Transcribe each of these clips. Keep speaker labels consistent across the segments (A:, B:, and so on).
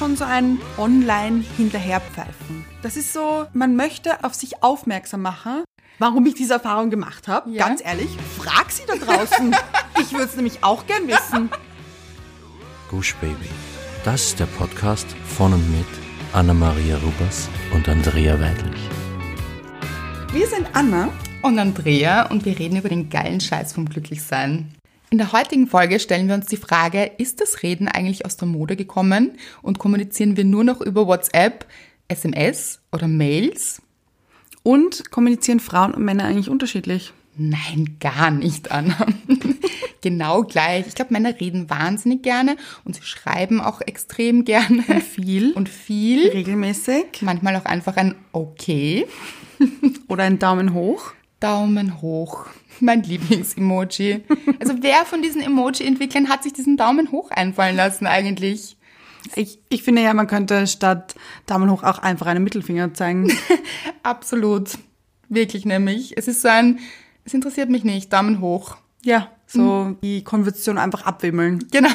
A: um so ein Online-Hinterherpfeifen. Das ist so, man möchte auf sich aufmerksam machen, warum ich diese Erfahrung gemacht habe.
B: Ja.
A: Ganz ehrlich, frag sie da draußen. ich würde es nämlich auch gern wissen.
C: Gush Baby. Das ist der Podcast von und mit Anna-Maria Rubers und Andrea Weidlich.
A: Wir sind Anna.
B: Und Andrea und wir reden über den geilen Scheiß vom Glücklichsein. In der heutigen Folge stellen wir uns die Frage, ist das Reden eigentlich aus der Mode gekommen und kommunizieren wir nur noch über WhatsApp, SMS oder Mails?
A: Und kommunizieren Frauen und Männer eigentlich unterschiedlich?
B: Nein, gar nicht, Anna. genau gleich. Ich glaube, Männer reden wahnsinnig gerne und sie schreiben auch extrem gerne. Und viel. Und viel.
A: Regelmäßig?
B: Manchmal auch einfach ein Okay.
A: Oder einen Daumen hoch?
B: Daumen hoch. Mein Lieblingsemoji. Also wer von diesen Emoji-Entwicklern hat sich diesen Daumen hoch einfallen lassen eigentlich?
A: Ich, ich finde ja, man könnte statt Daumen hoch auch einfach einen Mittelfinger zeigen.
B: Absolut. Wirklich nämlich. Es ist so ein, es interessiert mich nicht, Daumen hoch.
A: ja, Mhm. so die Konversation einfach abwimmeln.
B: Genau.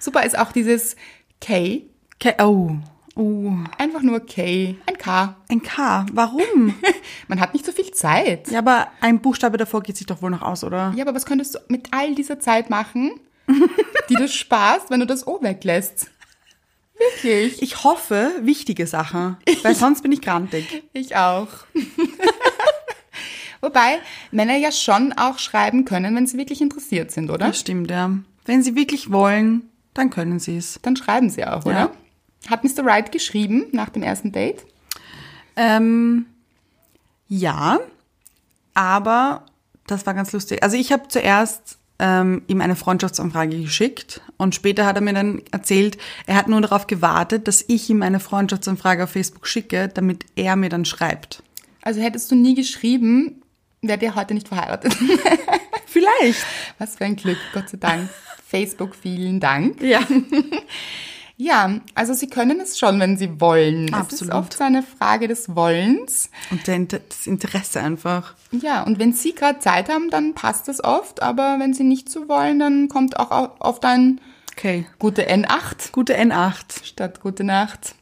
B: Super ist auch dieses K.
A: K oh. Oh,
B: Einfach nur K. Ein K.
A: ein K. Warum?
B: Man hat nicht so viel Zeit.
A: ja, aber ein Buchstabe davor geht sich doch wohl noch aus, oder?
B: Ja, aber was könntest du mit all dieser Zeit machen, die du sparst, wenn du das O weglässt? Wirklich.
A: Ich hoffe, wichtige Sachen, weil sonst bin ich grantig.
B: Ich auch. Wobei Männer ja schon auch schreiben können, wenn sie wirklich interessiert sind, oder?
A: Das stimmt, ja. Wenn sie wirklich wollen, dann können sie es.
B: Dann schreiben sie auch,
A: Ja.
B: oder? Hat Mr. Wright geschrieben nach dem ersten Date?
A: Ähm, ja, aber das war ganz lustig. Also ich habe zuerst ähm, ihm eine Freundschaftsanfrage geschickt und später hat er mir dann erzählt, er hat nur darauf gewartet, dass ich ihm eine Freundschaftsanfrage auf Facebook schicke, damit er mir dann schreibt.
B: Also hättest du nie geschrieben, wärt ihr heute nicht verheiratet.
A: Vielleicht.
B: Was für ein Glück, Gott sei Dank. Facebook, vielen Dank.
A: Ja.
B: Ja, also sie können es schon, wenn sie wollen. Es ist
A: Absolut.
B: oft so eine Frage des Wollens.
A: Und der Inter das Interesse einfach.
B: Ja, und wenn Sie gerade Zeit haben, dann passt das oft, aber wenn Sie nicht so wollen, dann kommt auch au- oft ein
A: Okay.
B: gute N8
A: Gute N8.
B: statt gute Nacht.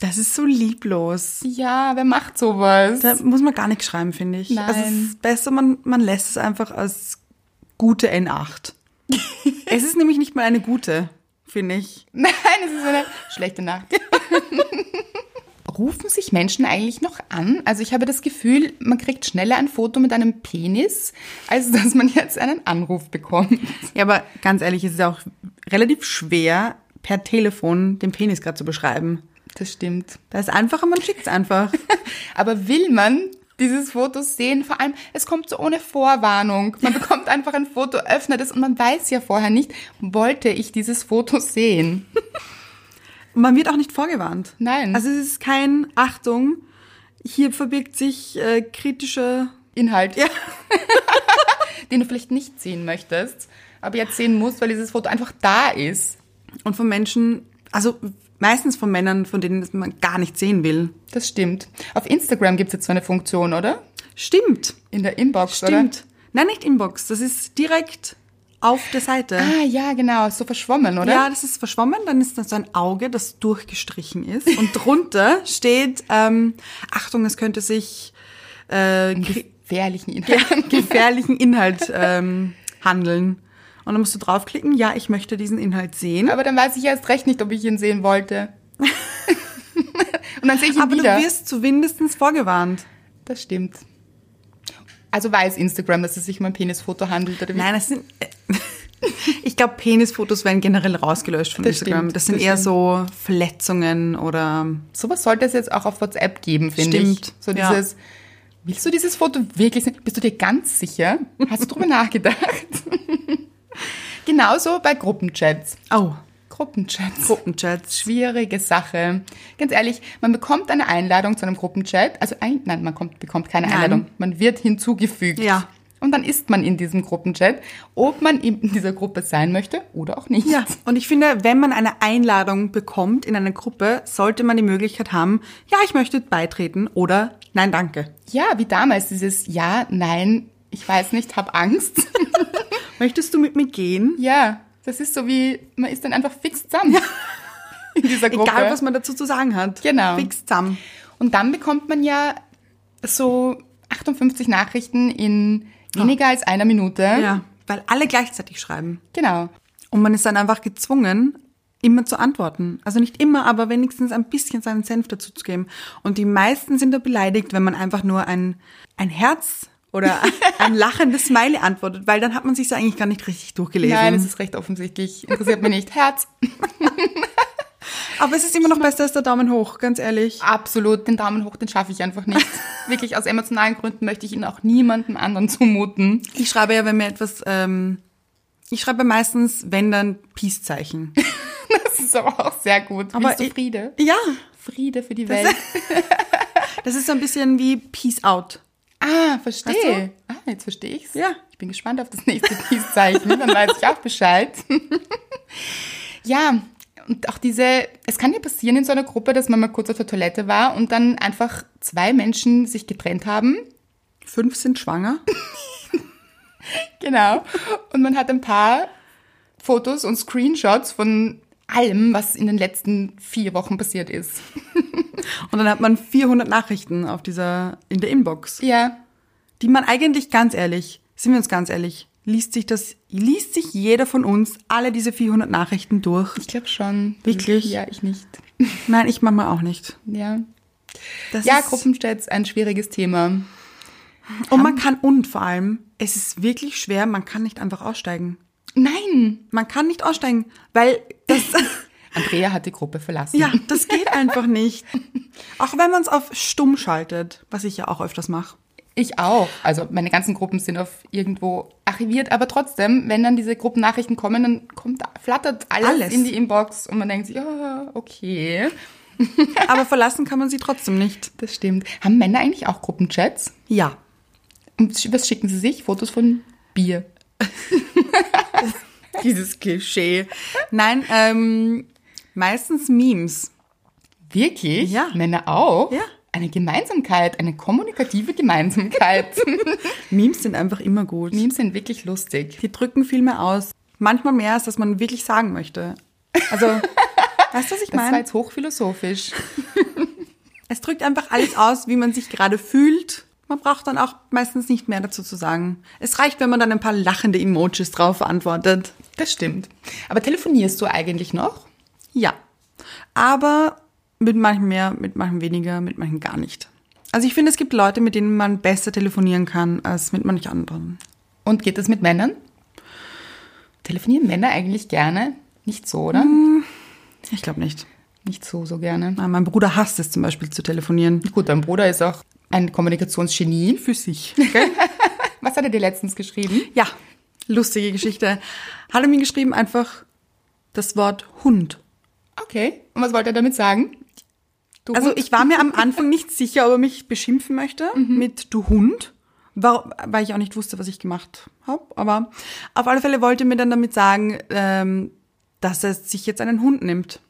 A: Das ist so lieblos.
B: Ja, wer macht sowas?
A: Da muss man gar nichts schreiben, finde ich.
B: Nein.
A: Also es ist besser, man, man lässt es einfach als gute N8. es ist nämlich nicht mal eine gute, finde ich.
B: Nein, es ist eine schlechte Nacht. Rufen sich Menschen eigentlich noch an? Also ich habe das Gefühl, man kriegt schneller ein Foto mit einem Penis, als dass man jetzt einen Anruf bekommt.
A: Ja, aber ganz ehrlich, es ist auch relativ schwer, per Telefon den Penis gerade zu beschreiben.
B: Das stimmt.
A: Da ist einfacher, man schickt es einfach.
B: Aber will man dieses Foto sehen? Vor allem, es kommt so ohne Vorwarnung. Man bekommt einfach ein Foto, öffnet es und man weiß ja vorher nicht, wollte ich dieses Foto sehen?
A: Und man wird auch nicht vorgewarnt.
B: Nein.
A: Also es ist kein, Achtung, hier verbirgt sich äh, kritische...
B: Inhalt. Ja. Den du vielleicht nicht sehen möchtest, aber jetzt sehen musst, weil dieses Foto einfach da ist.
A: Und von Menschen, also meistens von Männern, von denen man gar nicht sehen will.
B: Das stimmt. Auf Instagram gibt es jetzt so eine Funktion, oder?
A: Stimmt.
B: In der Inbox,
A: Stimmt. Nein, nicht Inbox. Das ist direkt auf der Seite.
B: oder? Ah, ja, genau. Ist so verschwommen, oder?
A: Ja, das ist verschwommen. Dann ist da so ein Auge, das durchgestrichen ist. Und drunter steht, ähm, Achtung, es könnte sich äh, ge-
B: Gefährlichen Inhalt.
A: gefährlichen Inhalt ähm, handeln. Und dann musst du draufklicken, ja, ich möchte diesen Inhalt sehen.
B: Aber dann weiß ich erst recht nicht, ob ich ihn sehen wollte. Und dann sehe ich ihn
A: Aber du
B: wieder.
A: wirst zumindest vorgewarnt.
B: Das stimmt. Also weiß Instagram, dass es sich um ein Penisfoto handelt oder wie?
A: Nein, das sind. äh, Ich glaube, Penisfotos werden generell rausgelöscht von
B: Das
A: Instagram.
B: stimmt,
A: das sind
B: das
A: eher
B: stimmt.
A: so Verletzungen oder
B: Sowas sollte es jetzt auch auf WhatsApp geben, finde ich.
A: Stimmt,
B: So
A: ja.
B: dieses, willst du dieses Foto wirklich sehen? Bist du dir ganz sicher? Hast du drüber nachgedacht? Genauso bei Gruppenchats.
A: oh,
B: Gruppenchats.
A: Gruppenchats.
B: Schwierige Sache. Ganz ehrlich, man bekommt eine Einladung zu einem Gruppenchat. Also ein, nein, man kommt, bekommt keine
A: Nein.
B: Einladung. Man wird hinzugefügt.
A: Ja.
B: Und dann ist man in diesem Gruppenchat, ob man in dieser Gruppe sein möchte oder auch nicht.
A: Ja, und ich finde, wenn man eine Einladung bekommt in einer Gruppe, sollte man die Möglichkeit haben, ja, ich möchte beitreten oder nein, danke.
B: Ja, wie damals dieses Ja, nein, ich weiß nicht, hab Angst.
A: Möchtest du mit mir gehen?
B: ja, das ist so wie, man ist dann einfach fix zusammen. in dieser Gruppe.
A: Egal, was man dazu zu sagen hat.
B: Genau.
A: Fix zusammen.
B: Und dann bekommt man ja so 58 Nachrichten in weniger als einer Minute.
A: Ah. Ja, weil alle gleichzeitig schreiben.
B: Genau.
A: Und man ist dann einfach gezwungen, immer zu antworten. Also nicht immer, aber wenigstens ein bisschen seinen Senf dazu zu geben. Und die meisten sind da beleidigt, wenn man einfach nur ein, ein Herz oder ein lachendes Smiley antwortet, weil dann hat man sich ja eigentlich gar nicht richtig durchgelesen.
B: Nein, das ist recht offensichtlich. Interessiert mich nicht. Herz.
A: aber es ist immer noch besser als der Daumen hoch, ganz ehrlich.
B: Absolut. Den Daumen hoch, den schaffe ich einfach nicht. Wirklich aus emotionalen Gründen möchte ich ihn auch niemandem anderen zumuten.
A: Ich schreibe ja, wenn mir etwas, ähm, ich schreibe meistens, wenn dann Peace-Zeichen.
B: Das ist aber auch sehr gut.
A: Aber
B: Willst du
A: ich-
B: Friede?
A: Ja,
B: Friede für die Welt.
A: das ist so ein bisschen wie Peace out.
B: Ah,
A: Hast
B: verstehe.
A: du?
B: Ah, jetzt verstehe ich's.
A: Ja.
B: Ich bin gespannt auf das nächste Peace-Zeichen, dann weiß ich auch Bescheid. ja, und auch diese, es kann ja passieren in so einer Gruppe, dass man mal kurz auf der Toilette war und dann einfach zwei Menschen sich getrennt haben.
A: Fünf sind schwanger.
B: Genau. Und man hat ein paar Fotos und Screenshots von allem, was in den letzten vier Wochen passiert ist.
A: Und dann hat man 400 Nachrichten auf dieser, in der Inbox.
B: Ja.
A: Die man eigentlich, ganz ehrlich, sind wir uns ganz ehrlich, liest sich das, liest sich jeder von uns alle diese 400 Nachrichten durch?
B: Ich glaube schon.
A: Wirklich?
B: Ja, ich nicht.
A: Nein, ich mach mal auch nicht.
B: Ja.
A: Das
B: Ja,
A: ist-
B: Gruppenchats, ein schwieriges Thema.
A: Und man kann, und vor allem, es ist wirklich schwer, man kann nicht einfach aussteigen.
B: Nein,
A: Man kann nicht aussteigen, weil das,
B: Andrea hat die Gruppe verlassen.
A: ja, das geht einfach nicht. Auch wenn man es auf stumm schaltet, was ich ja auch öfters mache.
B: Ich auch. Also meine ganzen Gruppen sind auf irgendwo archiviert, aber trotzdem, wenn dann diese Gruppennachrichten kommen, dann kommt, flattert alles,
A: Alles.
B: in die Inbox und man denkt sich, ja, okay,
A: Aber verlassen kann man sie trotzdem nicht.
B: das stimmt. Haben Männer eigentlich auch Gruppenchats?
A: Ja.
B: Und sch- was schicken sie sich? Fotos von Bier.
A: Dieses Klischee. Nein, ähm, meistens Memes.
B: Wirklich?
A: Ja.
B: Männer auch?
A: Ja.
B: Eine Gemeinsamkeit, eine kommunikative Gemeinsamkeit.
A: Memes sind einfach immer gut.
B: Memes sind wirklich lustig.
A: Die drücken viel mehr aus. Manchmal mehr, als dass man wirklich sagen möchte. Also, weißt du, was ich
B: Das war
A: meine?
B: jetzt hochphilosophisch.
A: Es drückt einfach alles aus, wie man sich gerade fühlt. Man braucht dann auch meistens nicht mehr dazu zu sagen. Es reicht, wenn man dann ein paar lachende Emojis drauf antwortet.
B: Das stimmt. Aber telefonierst du eigentlich noch?
A: Ja. Aber mit manchen mehr, mit manchen weniger, mit manchen gar nicht. Also ich finde, es gibt Leute, mit denen man besser telefonieren kann, als mit manch anderen.
B: Und geht das mit Männern? Telefonieren Männer eigentlich gerne? Nicht so, oder?
A: Hm. Ich glaube nicht.
B: Nicht so, so gerne.
A: Nein, mein Bruder hasst es zum Beispiel zu telefonieren.
B: Gut, dein Bruder ist auch ein Kommunikationsgenie.
A: Für sich.
B: Was hat er dir letztens geschrieben?
A: Ja, lustige Geschichte. Hat er mir geschrieben einfach das Wort Hund.
B: Okay. Und was wollte er damit sagen? Du
A: Also
B: Hund?
A: ich war mir am Anfang nicht sicher, ob er mich beschimpfen möchte mit du Hund, wa- weil ich auch nicht wusste, was ich gemacht habe. Aber auf alle Fälle wollte er mir dann damit sagen, ähm, dass er sich jetzt einen Hund nimmt.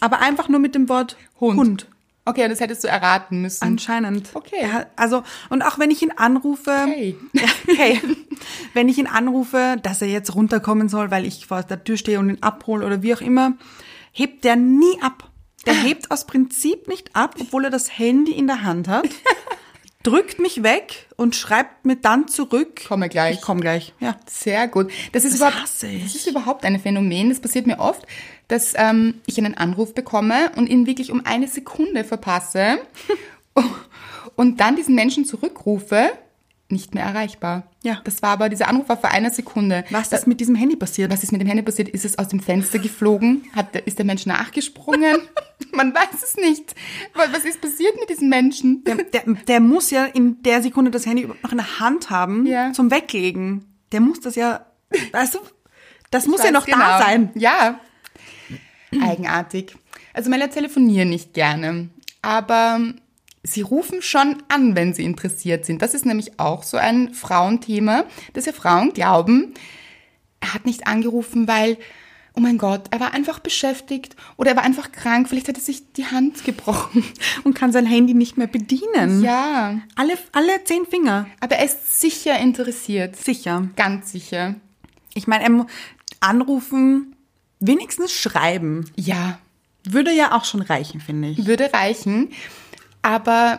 A: Aber einfach nur mit dem Wort
B: Hund.
A: Hund. Hund.
B: Okay, das hättest du erraten müssen.
A: Anscheinend.
B: Okay.
A: Er hat- also, und auch wenn ich ihn anrufe,
B: Okay.
A: Ja, okay. wenn ich ihn anrufe, dass er jetzt runterkommen soll, weil ich vor der Tür stehe und ihn abhole oder wie auch immer, hebt der nie ab. Der hebt aus Prinzip nicht ab, obwohl er das Handy in der Hand hat, drückt mich weg und schreibt mir dann zurück.
B: Komme gleich.
A: Ich komme gleich, ja.
B: Sehr gut. Das ist,
A: Das
B: überhaupt,
A: hasse ich.
B: das ist überhaupt ein Phänomen. Das passiert mir oft, dass ähm, ich einen Anruf bekomme und ihn wirklich um eine Sekunde verpasse und dann diesen Menschen zurückrufe, nicht mehr erreichbar.
A: Ja.
B: Das war aber, dieser Anruf war vor einer Sekunde.
A: Was ist mit diesem Handy passiert?
B: Was ist mit dem Handy passiert? Ist es aus dem Fenster geflogen? Hat, der- ist der Mensch nachgesprungen? Man weiß es nicht. Was was ist passiert mit diesem Menschen?
A: Der, der, der muss ja in der Sekunde das Handy überhaupt noch in der Hand haben
B: Ja.
A: zum Weglegen. Der muss das ja, weißt du, das muss ja
B: Weiß
A: noch
B: genau.
A: da sein.
B: Ja. Eigenartig. Also Männer telefonieren nicht gerne, aber sie rufen schon an, wenn sie interessiert sind. Das ist nämlich auch so ein Frauenthema, dass ja Frauen glauben, er hat nicht angerufen, weil, oh mein Gott, er war einfach beschäftigt oder er war einfach krank, vielleicht hat er sich die Hand gebrochen.
A: Und kann sein Handy nicht mehr bedienen.
B: Ja,
A: Alle, alle zehn Finger.
B: aber er ist sicher interessiert.
A: Sicher.
B: Ganz sicher.
A: Ich meine, er mu- anrufen, wenigstens schreiben.
B: Ja,
A: Würde ja auch schon reichen, finde ich.
B: Würde reichen. Aber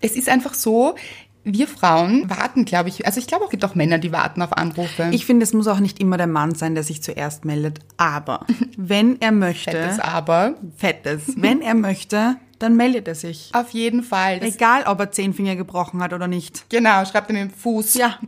B: es ist einfach so, wir Frauen warten, glaube ich. Also ich glaube, es gibt auch Männer, die warten auf Anrufe.
A: Ich finde, es muss auch nicht immer der Mann sein, der sich zuerst meldet. Aber wenn er möchte,
B: das aber.
A: fettes, wenn er möchte, dann meldet er sich.
B: Auf jeden Fall. Das,
A: Egal, ob er zehn Finger gebrochen hat oder nicht.
B: genau, schreibt ihm den Fuß.
A: Ja,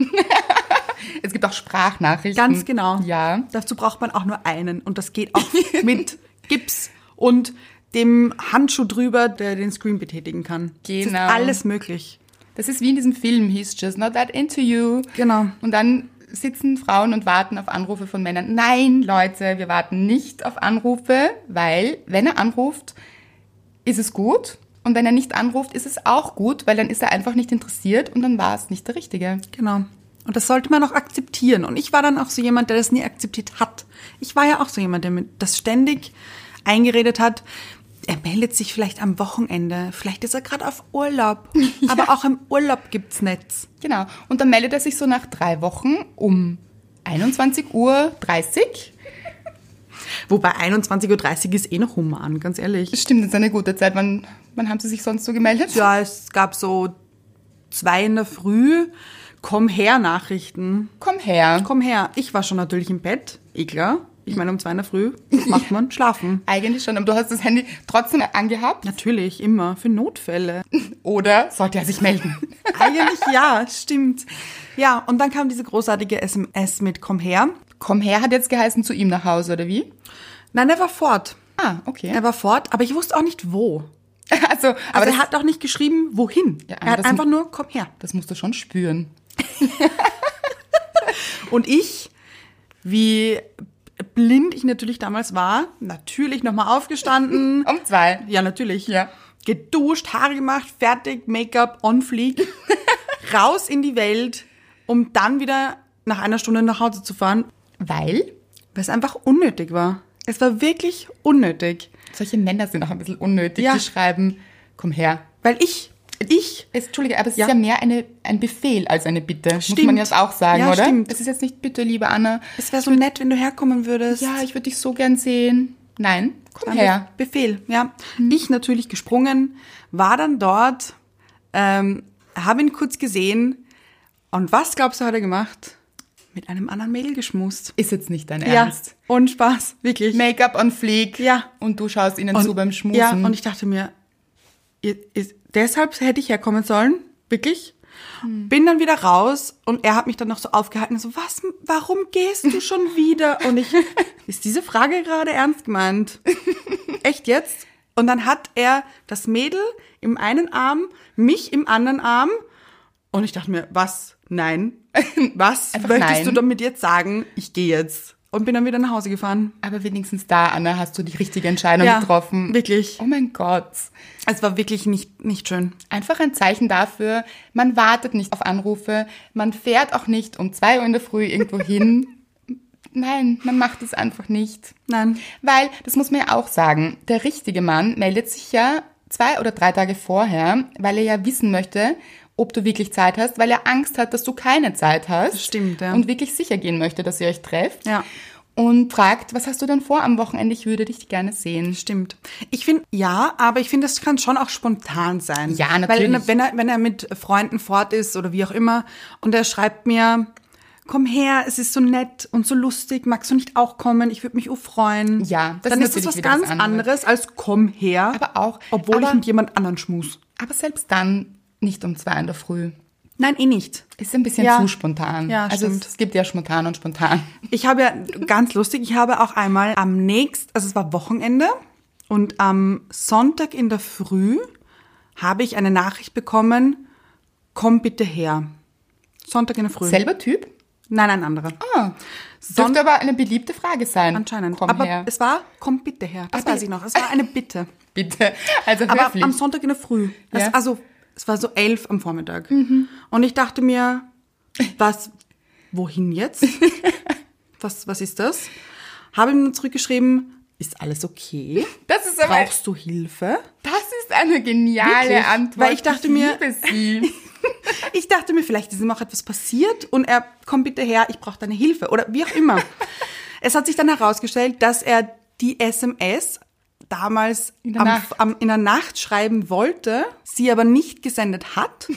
B: Es gibt auch Sprachnachrichten.
A: ganz genau.
B: Ja.
A: Dazu braucht man auch nur einen. Und das geht auch mit Gips und dem Handschuh drüber, der den Screen betätigen kann. Es ist
B: Genau.
A: alles möglich.
B: Das ist wie in diesem Film, He's Just Not That Into You.
A: Genau.
B: Und dann sitzen Frauen und warten auf Anrufe von Männern. Nein, Leute, wir warten nicht auf Anrufe, weil wenn er anruft, ist es gut. Und wenn er nicht anruft, ist es auch gut, weil dann ist er einfach nicht interessiert und dann war es nicht der Richtige.
A: Genau. Und das sollte man auch akzeptieren. Und ich war dann auch so jemand, der das nie akzeptiert hat. Ich war ja auch so jemand, der mir das ständig eingeredet hat. Er meldet sich vielleicht am Wochenende. Vielleicht ist er gerade auf Urlaub. Aber auch im Urlaub gibt's Netz.
B: Genau. Und dann meldet er sich so nach drei Wochen um 21.30 Uhr.
A: Wobei 21.30 Uhr ist eh noch human, ganz ehrlich.
B: Stimmt, das ist eine gute Zeit. Wann, wann haben Sie sich sonst so gemeldet?
A: Ja, es gab so zwei in der Früh. Komm her, Nachrichten.
B: Komm her.
A: Komm her. Ich war schon natürlich im Bett. Eh klar. Ich meine, um zwei in der Früh was macht man schlafen.
B: Eigentlich schon, aber du hast das Handy trotzdem angehabt.
A: Natürlich, immer. Für Notfälle.
B: Oder sollte er sich melden?
A: Eigentlich ja, stimmt. Ja, und dann kam diese großartige SMS mit Komm her.
B: Komm her hat jetzt geheißen zu ihm nach Hause, oder wie?
A: Nein, er war fort.
B: Ah, okay.
A: Er war fort, aber ich wusste auch nicht wo.
B: also, aber
A: Aber
B: das,
A: er hat auch nicht geschrieben, wohin.
B: Ja, aber
A: er hat
B: das-
A: einfach nur Komm her.
B: das musst du schon spüren.
A: Und ich, wie blind ich natürlich damals war, natürlich nochmal aufgestanden.
B: Um zwei.
A: Ja, natürlich.
B: Ja.
A: Geduscht, Haare gemacht, fertig, Make-up, on fleek. raus in die Welt, um dann wieder nach einer Stunde nach Hause zu fahren.
B: Weil
A: Weil es einfach unnötig war. Es war wirklich unnötig.
B: solche Männer sind auch ein bisschen unnötig.
A: Ja.
B: Die schreiben, komm her.
A: Weil ich, ich,
B: Es, Entschuldige, aber es
A: Ja.
B: ist ja mehr eine, ein Befehl als eine Bitte. Muss
A: Stimmt.
B: man jetzt auch sagen,
A: Ja,
B: oder?
A: stimmt.
B: Es ist jetzt nicht, bitte, liebe Anna,
A: es wäre so nett, wenn du herkommen würdest.
B: ja, ich würde dich so gern sehen. Nein, komm
A: Dann
B: her.
A: Be- Befehl, ja. Mhm. Ich natürlich gesprungen, war dann dort, ähm, habe ihn kurz gesehen. Und was glaubst du, hat er gemacht? Mit einem anderen Mädel geschmust.
B: Ist jetzt nicht dein Ernst.
A: Ja, und Spaß, wirklich.
B: Make-up on fleek.
A: Ja.
B: Und du schaust ihnen zu beim Schmusen.
A: Ja, und ich dachte mir, ihr, ihr, deshalb hätte ich herkommen sollen, wirklich.
B: Hm.
A: Bin dann wieder raus und er hat mich dann noch so aufgehalten, so, was, warum gehst du schon wieder? Und ich, ist diese Frage gerade ernst gemeint? Echt jetzt? Und dann hat er das Mädel im einen Arm, mich im anderen Arm und ich dachte mir, was, nein, was
B: Einfach
A: möchtest
B: nein.
A: du damit jetzt sagen? Ich gehe jetzt. Und bin dann wieder nach Hause gefahren.
B: aber wenigstens da, Anna, hast du die richtige Entscheidung getroffen.
A: wirklich.
B: Oh mein Gott.
A: Es war wirklich nicht, nicht schön.
B: Einfach ein Zeichen dafür, man wartet nicht auf Anrufe, man fährt auch nicht um zwei Uhr in der Früh irgendwo hin. Nein, man macht es einfach nicht.
A: Nein.
B: Weil, das muss man ja auch sagen, der richtige Mann meldet sich ja zwei oder drei Tage vorher, weil er ja wissen möchte, ob du wirklich Zeit hast, weil er Angst hat, dass du keine Zeit hast.
A: Das stimmt, ja.
B: Und wirklich sicher gehen möchte, dass ihr euch trefft.
A: Ja.
B: Und fragt, was hast du denn vor am Wochenende? Ich würde dich gerne sehen.
A: Stimmt. Ich finde, ja, aber ich finde, das kann schon auch spontan sein.
B: Ja,
A: Weil ne,
B: natürlich.
A: wenn er, wenn er mit Freunden fort ist oder wie auch immer und er schreibt mir, komm her, es ist so nett und so lustig, magst du nicht auch kommen? Ich würde mich auch freuen.
B: Ja, das
A: Dann
B: ist
A: ist das
B: natürlich
A: was
B: wieder was
A: ganz anderes.
B: anderes.
A: als komm her.
B: Aber auch-
A: Obwohl ich
B: aber-
A: mit jemand anderen schmus.
B: Aber selbst dann nicht um zwei in der Früh.
A: Nein, eh nicht.
B: Ist ein bisschen
A: Ja.
B: zu spontan.
A: Ja,
B: also
A: stimmt.
B: Es, es gibt ja spontan und spontan.
A: Ich habe ja ganz lustig, ich habe auch einmal am nächsten, also es war Wochenende und am Sonntag in der Früh habe ich eine Nachricht bekommen, komm bitte her. Sonntag in der Früh.
B: Selber Typ?
A: Nein, ein anderer.
B: Ah. Dürfte aber eine beliebte Frage sein.
A: Anscheinend.
B: Komm
A: Aber
B: her.
A: es war, komm bitte her. Das
B: Aber-
A: weiß ich noch. Es war eine Bitte.
B: Bitte. Also
A: Aber
B: höflich.
A: am Sonntag in der Früh. Das,
B: Ja.
A: Also, es war so elf am Vormittag. Und ich dachte mir, was, wohin jetzt? was, was ist das? Habe ihm dann zurückgeschrieben, ist alles okay?
B: Das ist aber,
A: Brauchst du Hilfe?
B: das ist eine geniale
A: Wirklich?
B: Antwort.
A: Weil ich dachte mir-
B: liebe sie.
A: Ich dachte mir, vielleicht ist ihm auch etwas passiert und er, komm bitte her, ich brauche deine Hilfe oder wie auch immer. es hat sich dann herausgestellt, dass er die SMS damals
B: In der
A: am,
B: Nacht.
A: Am, in der Nacht schreiben wollte, sie aber nicht gesendet hat.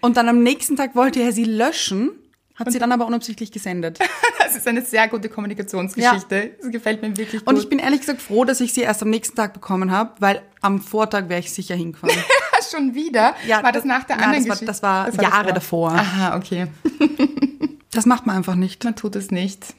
A: und dann am nächsten Tag wollte er sie löschen, hat sie dann aber unabsichtlich gesendet.
B: Das ist eine sehr gute Kommunikationsgeschichte. Das gefällt mir wirklich gut.
A: Und ich bin ehrlich gesagt froh, dass ich sie erst am nächsten Tag bekommen habe, weil am Vortag wäre ich sicher hingefahren.
B: schon wieder. war das, nach der
A: nein,
B: anderen
A: das war, das
B: Geschichte?
A: war Jahre davor.
B: Aha, okay.
A: Das macht man einfach nicht.
B: Man tut es nicht.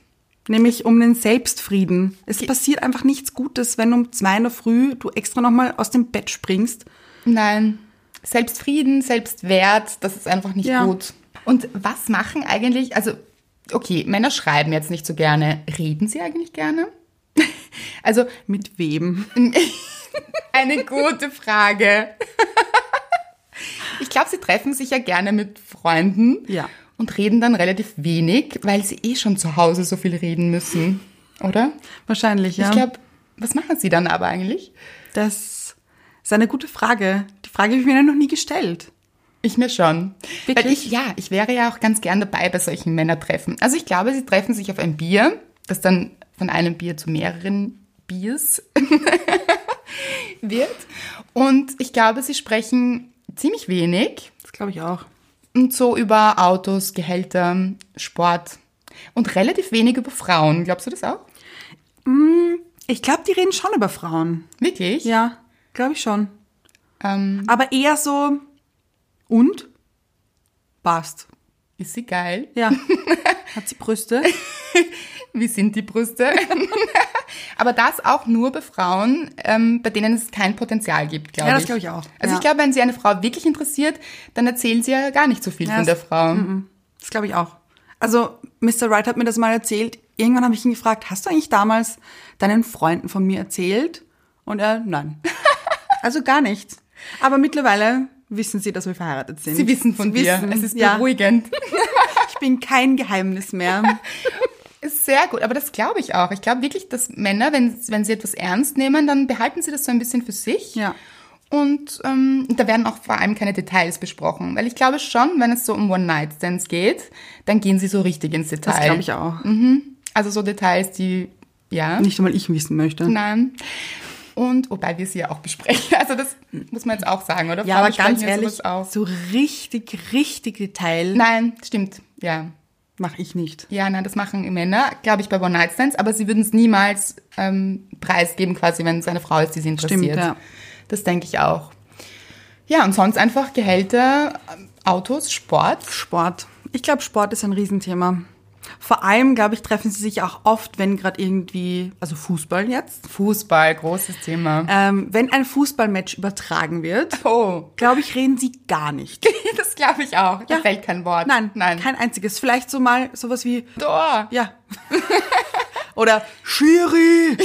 A: Nämlich um den Selbstfrieden. Es passiert einfach nichts Gutes, wenn um zwei in der Früh du extra nochmal aus dem Bett springst.
B: Nein. Selbstfrieden, Selbstwert, das ist einfach nicht
A: Ja.
B: gut. Und was machen eigentlich, also, okay, Männer schreiben jetzt nicht so gerne. Reden sie eigentlich gerne? also,
A: Mit wem?
B: eine gute Frage. ich glaube, sie treffen sich ja gerne mit Freunden
A: Ja.
B: und reden dann relativ wenig, weil sie eh schon zu Hause so viel reden müssen, oder?
A: Wahrscheinlich, ja.
B: Ich glaube, was machen sie dann aber eigentlich?
A: das ist eine gute Frage. Die Frage habe ich mir noch nie gestellt.
B: Ich mir schon. Weil
A: Wirklich?
B: ich, ja, ich wäre ja auch ganz gern dabei bei solchen Männertreffen. Also ich glaube, sie treffen sich auf ein Bier, das dann von einem Bier zu mehreren Biers wird. Und ich glaube, sie sprechen ziemlich wenig
A: Das glaube ich auch.
B: und so über Autos, Gehälter, Sport und relativ wenig über Frauen. Glaubst du das auch?
A: Ich glaube, die reden schon über Frauen.
B: Wirklich?
A: Ja, glaube ich schon.
B: Ähm,
A: Aber eher so und? Passt.
B: ist sie geil?
A: Ja. Hat sie Brüste?
B: Wie sind die Brüste? Aber das auch nur bei Frauen, ähm, bei denen es kein Potenzial gibt, glaube ich.
A: Ja, das glaube ich auch. Ja.
B: Also ich glaube, wenn sie eine Frau wirklich interessiert, dann erzählen sie ja gar nicht so viel
A: Ja,
B: von der
A: das- mhm.
B: Frau.
A: Das glaube ich auch. Also, Mr. Wright hat mir das mal erzählt. Irgendwann habe ich ihn gefragt, hast du eigentlich damals deinen Freunden von mir erzählt? Und er, nein. Also gar nicht. Aber mittlerweile wissen sie, dass wir verheiratet sind.
B: Sie wissen von
A: Sie
B: dir.
A: wissen,
B: Es ist
A: ja.
B: beruhigend.
A: Ich bin kein Geheimnis mehr.
B: Ist sehr gut, aber das glaube ich auch. Ich glaube wirklich, dass Männer, wenn, wenn sie etwas ernst nehmen, dann behalten sie das so ein bisschen für sich.
A: Ja.
B: Und ähm, da werden auch vor allem keine Details besprochen. Weil ich glaube schon, wenn es so um One-Night-Stands geht, dann gehen sie so richtig ins Detail.
A: Das glaube ich auch.
B: Also so Details, die, ja.
A: Nicht einmal ich wissen möchte.
B: Nein. Und wobei wir sie ja auch besprechen. Also das muss man jetzt auch sagen, oder?
A: Ja,
B: Frauen
A: aber ganz
B: besprechen ja
A: ehrlich,
B: sowas auch.
A: so richtig, richtig Detail
B: Nein, stimmt. Ja.
A: mache ich nicht.
B: Ja, nein, das machen Männer, glaube ich, bei One Night Stands, aber sie würden es niemals ähm, preisgeben, quasi, wenn es eine Frau ist, die sie interessiert.
A: Stimmt, ja.
B: Das denke ich auch. Ja, und sonst einfach Gehälter, ähm, Autos, Sport.
A: Sport. Ich glaube, Sport ist ein Riesenthema. Vor allem, glaube ich, treffen sie sich auch oft, wenn gerade irgendwie, also Fußball jetzt,
B: Fußball, großes Thema.
A: Ähm, wenn ein Fußballmatch übertragen wird,
B: Oh,
A: glaube ich, reden sie gar nicht.
B: das glaube ich auch. Da
A: Ja.
B: fällt kein Wort.
A: Nein,
B: nein.
A: kein einziges. Vielleicht so mal sowas wie,
B: Tor.
A: ja. Oder Schiri.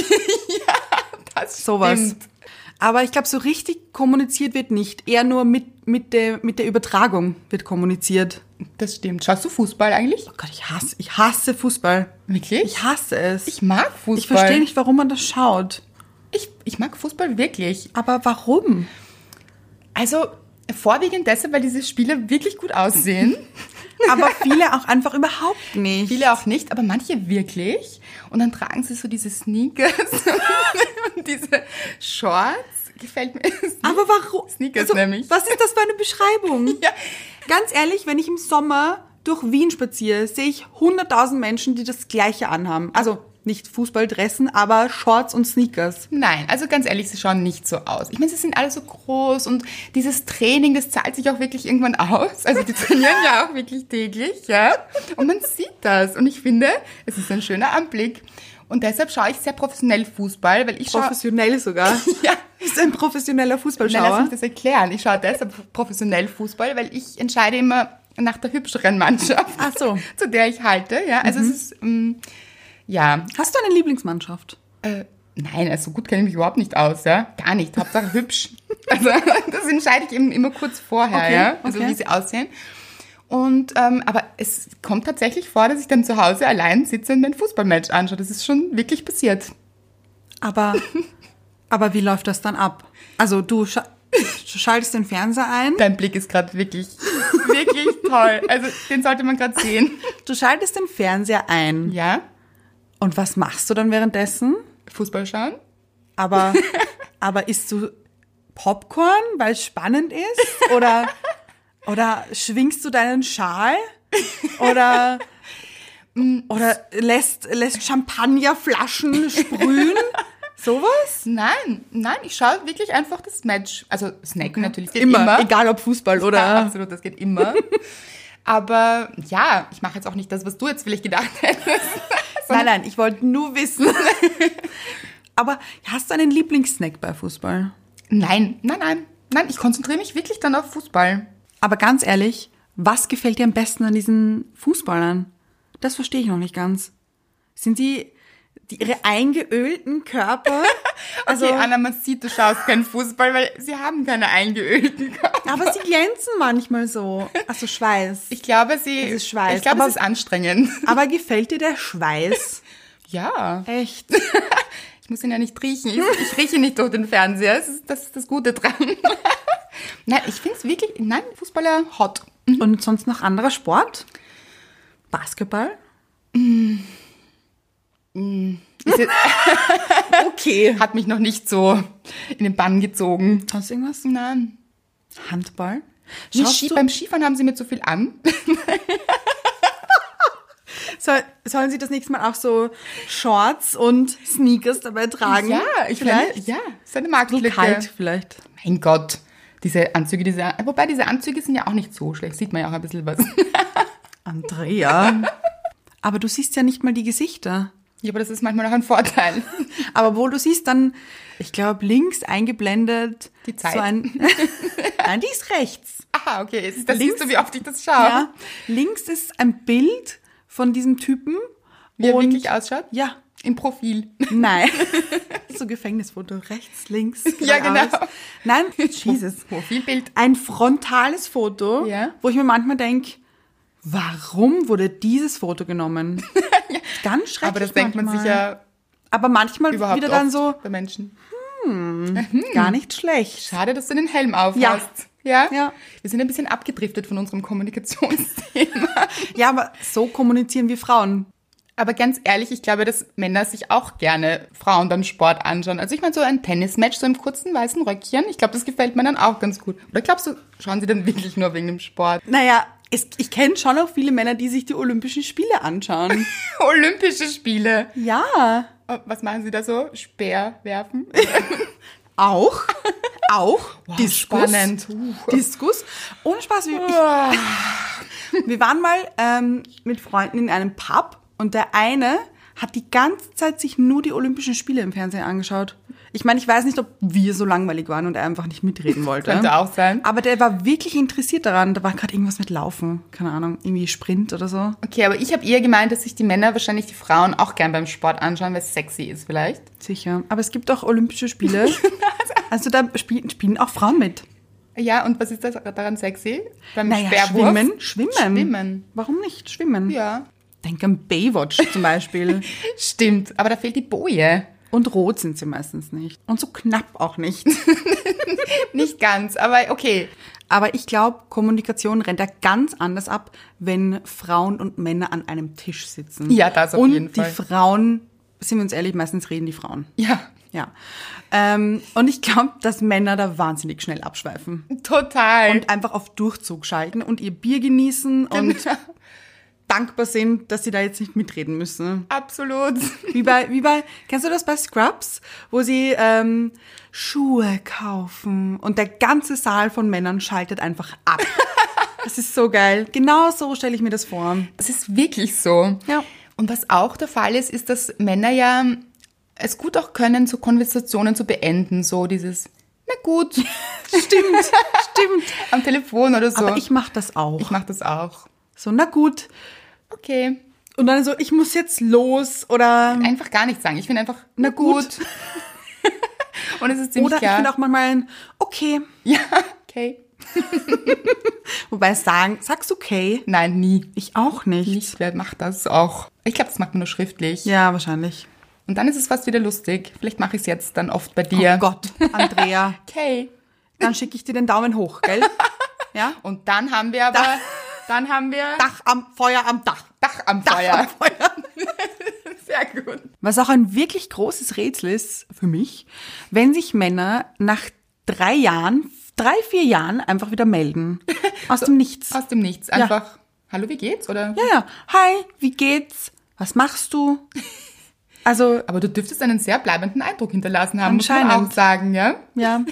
B: Das
A: Sowas.
B: stimmt.
A: Aber ich glaube, so richtig kommuniziert wird nicht. Eher nur mit, mit, der, mit der Übertragung wird kommuniziert.
B: Das stimmt. Schaust du Fußball eigentlich?
A: Oh Gott, ich hasse, ich hasse Fußball.
B: Wirklich?
A: Ich hasse es.
B: Ich mag Fußball.
A: ich verstehe nicht, warum man das schaut.
B: Ich, ich mag Fußball wirklich.
A: Aber warum?
B: Also vorwiegend deshalb, weil diese Spiele wirklich gut aussehen.
A: Aber viele auch einfach überhaupt nicht.
B: Viele auch nicht, aber manche wirklich. Und dann tragen sie so diese Sneakers und diese Shorts. Gefällt mir.
A: Aber warum? Also,
B: Sneakers nämlich.
A: Was ist das für eine Beschreibung?
B: Ja.
A: Ganz ehrlich, wenn ich im Sommer durch Wien spaziere, sehe ich 100.000 Menschen, die das Gleiche anhaben. Also nicht Fußballdressen, aber Shorts und Sneakers.
B: Nein, also ganz ehrlich, sie schauen nicht so aus. Ich meine, sie sind alle so groß und dieses Training, das zahlt sich auch wirklich irgendwann aus. Also die trainieren ja auch wirklich täglich, ja. Und man sieht das. Und ich finde, es ist ein schöner Anblick. Und deshalb schaue ich sehr professionell Fußball, weil ich schaue...
A: Professionell sogar.
B: Ja.
A: Ist ein professioneller
B: Nein, lass
A: Fußballschauer.
B: mich das erklären. Ich schaue deshalb professionell Fußball, weil ich entscheide immer nach der hübscheren Mannschaft,
A: Ach so. Mhm.
B: zu der ich halte. Ja, also es ist, ähm, ja,
A: Hast du eine Lieblingsmannschaft?
B: äh, nein, also so gut kenne ich mich überhaupt nicht aus, ja, gar nicht. Hauptsache hübsch. Also das entscheide ich eben immer kurz vorher,
A: Okay,
B: ja, also
A: okay.
B: wie sie aussehen. Und ähm, aber es kommt tatsächlich vor, dass ich dann zu Hause allein sitze und mir ein Fußballmatch anschaue. Das ist schon wirklich passiert.
A: Aber, aber wie läuft das dann ab? Also du scha schaltest den Fernseher ein.
B: Dein Blick ist gerade wirklich, wirklich toll. Also den sollte man gerade sehen.
A: Du schaltest den Fernseher ein.
B: Ja.
A: Und was machst du dann währenddessen?
B: Fußball schauen?
A: Aber, aber isst du Popcorn, weil es spannend ist? Oder, oder schwingst du deinen Schal? Oder, oder lässt, lässt Champagnerflaschen sprühen? Sowas?
B: Nein, nein, ich schaue wirklich einfach das Match. Also snacken natürlich geht
A: Immer,
B: immer.
A: egal ob Fußball
B: Ja, also
A: oder.
B: absolut, das geht immer. Aber ja, ich mache jetzt auch nicht das, was du jetzt vielleicht gedacht hättest.
A: Nein, nein, ich wollte nur wissen. aber hast du einen Lieblingssnack bei Fußball?
B: Nein, nein, nein. Nein, ich konzentriere mich wirklich dann auf Fußball.
A: Aber ganz ehrlich, was gefällt dir am besten an diesen Fußballern? Das verstehe ich noch nicht ganz. Sind die, die ihre eingeölten Körper?
B: Also, okay, Anna, man sieht, du schaust keinen Fußball, weil sie haben keine eingeölten Körper.
A: aber sie glänzen manchmal so. Also Schweiß.
B: Ich glaube, sie.
A: Das ist Schweiß,
B: Ich glaube,
A: aber-
B: es ist anstrengend.
A: Aber gefällt dir der Schweiß?
B: Ja.
A: Echt?
B: Ich muss ihn ja nicht riechen. Ich, ich rieche nicht durch den Fernseher. Das ist das, ist das Gute dran. nein, ich finde es wirklich. Nein, Fußballer hot.
A: Und sonst noch anderer Sport? Basketball?
B: Ist jetzt,
A: Okay.
B: hat mich noch nicht so in den Bann gezogen.
A: Sonst irgendwas?
B: Nein.
A: Handball?
B: Wie
A: Schaust
B: Ski,
A: du,
B: beim Skifahren haben sie mir zu viel an.
A: soll, sollen sie das nächste Mal auch so Shorts und Sneakers dabei tragen?
B: vielleicht. ja, ist eine Marktlücke.
A: Kalt vielleicht.
B: Mein Gott, diese Anzüge, diese, wobei diese Anzüge sind ja auch nicht so schlecht, sieht man ja auch ein bisschen was.
A: Andrea. Aber du siehst ja nicht mal die Gesichter.
B: Ja, aber das ist manchmal auch ein Vorteil.
A: Aber wohl, du siehst dann, ich glaube, links eingeblendet.
B: Die Zeit.
A: So ein Nein, die ist rechts.
B: Aha, okay, jetzt, das
A: Links-
B: siehst du, wie oft ich das schaue.
A: Ja. Links ist ein Bild von diesem Typen.
B: Wie er
A: und-
B: wirklich ausschaut?
A: Ja,
B: Im Profil.
A: nein. so Gefängnisfoto, rechts, links.
B: Ja,
A: geradeaus.
B: genau.
A: Nein, Jesus.
B: Profilbild.
A: Ein frontales Foto,
B: Ja.
A: wo ich mir manchmal denke, warum wurde dieses Foto genommen? Ganz schrecklich.
B: Aber das denkt man
A: manchmal.
B: sich ja
A: Aber manchmal
B: überhaupt
A: wieder dann
B: oft
A: so,
B: Hm. bei Menschen.
A: gar nicht schlecht.
B: Schade, dass du den Helm aufhast. Ja.
A: Ja.
B: Wir sind ein bisschen abgedriftet von unserem Kommunikationsthema.
A: Ja, aber so kommunizieren wir Frauen.
B: Aber ganz ehrlich, ich glaube, dass Männer sich auch gerne Frauen beim Sport anschauen. Also ich meine, so ein Tennismatch, so im kurzen weißen Röckchen, ich glaube, das gefällt Männern auch ganz gut. Oder glaubst du, schauen sie dann wirklich nur wegen dem Sport?
A: Naja, es, ich kenne schon auch viele Männer, die sich die Olympischen Spiele anschauen.
B: Olympische Spiele.
A: ja,
B: Oh, Was machen sie da so? Speer werfen?
A: auch. Auch. Diskus.
B: spannend. Uh. Ah.
A: Diskus. Ohne Spaß. Wir, ich, wir waren mal ähm, mit Freunden in einem Pub und der eine hat die ganze Zeit sich nur die Olympischen Spiele im Fernsehen angeschaut. Ich meine, ich weiß nicht, ob wir so langweilig waren und er einfach nicht mitreden wollte.
B: Könnte auch sein.
A: Aber der war wirklich interessiert daran. Da war gerade irgendwas mit Laufen. Keine Ahnung, irgendwie Sprint oder so.
B: Okay, aber ich habe eher gemeint, dass sich die Männer wahrscheinlich die Frauen auch gern beim Sport anschauen, weil es sexy ist vielleicht.
A: Sicher. Aber es gibt auch Olympische Spiele. also da spielen, spielen auch Frauen mit.
B: Ja, und was ist das daran sexy? Beim
A: Naja,
B: Speerwurf?
A: schwimmen, schwimmen.
B: Schwimmen.
A: Warum nicht? Schwimmen.
B: Ja.
A: Denk an Baywatch zum Beispiel.
B: Stimmt, aber da fehlt die Boje.
A: Und rot sind sie meistens nicht. Und so knapp auch nicht.
B: Nicht ganz, aber okay.
A: Aber ich glaube, Kommunikation rennt da ganz anders ab, wenn Frauen und Männer an einem Tisch sitzen.
B: Ja, das auf
A: und
B: jeden Fall.
A: die Frauen, sind wir uns ehrlich, meistens reden die Frauen.
B: Ja,
A: Ja. Ähm, und ich glaube, dass Männer da wahnsinnig schnell abschweifen.
B: Total.
A: Und einfach auf Durchzug schalten und ihr Bier genießen
B: Genau.
A: und dankbar sind, dass sie da jetzt nicht mitreden müssen.
B: absolut.
A: Wie bei, wie bei, kennst du das bei Scrubs, wo sie ähm, Schuhe kaufen und der ganze Saal von Männern schaltet einfach ab. Das ist so geil. Genau so stelle ich mir das vor.
B: Es ist wirklich so.
A: Ja.
B: Und was auch der Fall ist, ist, dass Männer ja es gut auch können, so Konversationen zu beenden, so dieses, na gut,
A: Stimmt, stimmt.
B: am Telefon oder so.
A: Aber ich mache das auch.
B: ich mache das auch.
A: So, na gut.
B: Okay.
A: Und dann so, ich muss jetzt los oder
B: Einfach gar nichts sagen. Ich finde einfach,
A: Mhm. na gut.
B: und es ist ziemlich
A: Oder ich
B: klar.
A: finde auch manchmal ein okay.
B: ja, okay.
A: Wobei sagen, sagst okay.
B: Nein, nie.
A: Ich auch nicht.
B: Nicht, wer macht das auch? Ich glaube, das macht man nur schriftlich.
A: Ja, wahrscheinlich.
B: Und dann ist es fast wieder lustig. Vielleicht mache ich es jetzt dann oft bei dir.
A: Oh Gott, Andrea.
B: Okay.
A: dann schicke ich dir den Daumen hoch, gell? Ja?
B: Und dann haben wir aber,
A: Da-
B: dann haben wir
A: Dach am Feuer am Dach.
B: Dach am
A: Dach
B: Feuer.
A: am Feuer.
B: Sehr gut.
A: Was auch ein wirklich großes Rätsel ist für mich, wenn sich Männer nach drei Jahren, drei, vier Jahren einfach wieder melden. Aus dem Nichts.
B: Aus dem Nichts. Einfach, hallo, wie geht's? Oder?
A: Ja, ja. Hi, wie geht's? Was machst du? Also,
B: Aber du dürftest einen sehr bleibenden Eindruck hinterlassen haben, muss man
A: Anscheinend.
B: auch sagen, ja?
A: ja.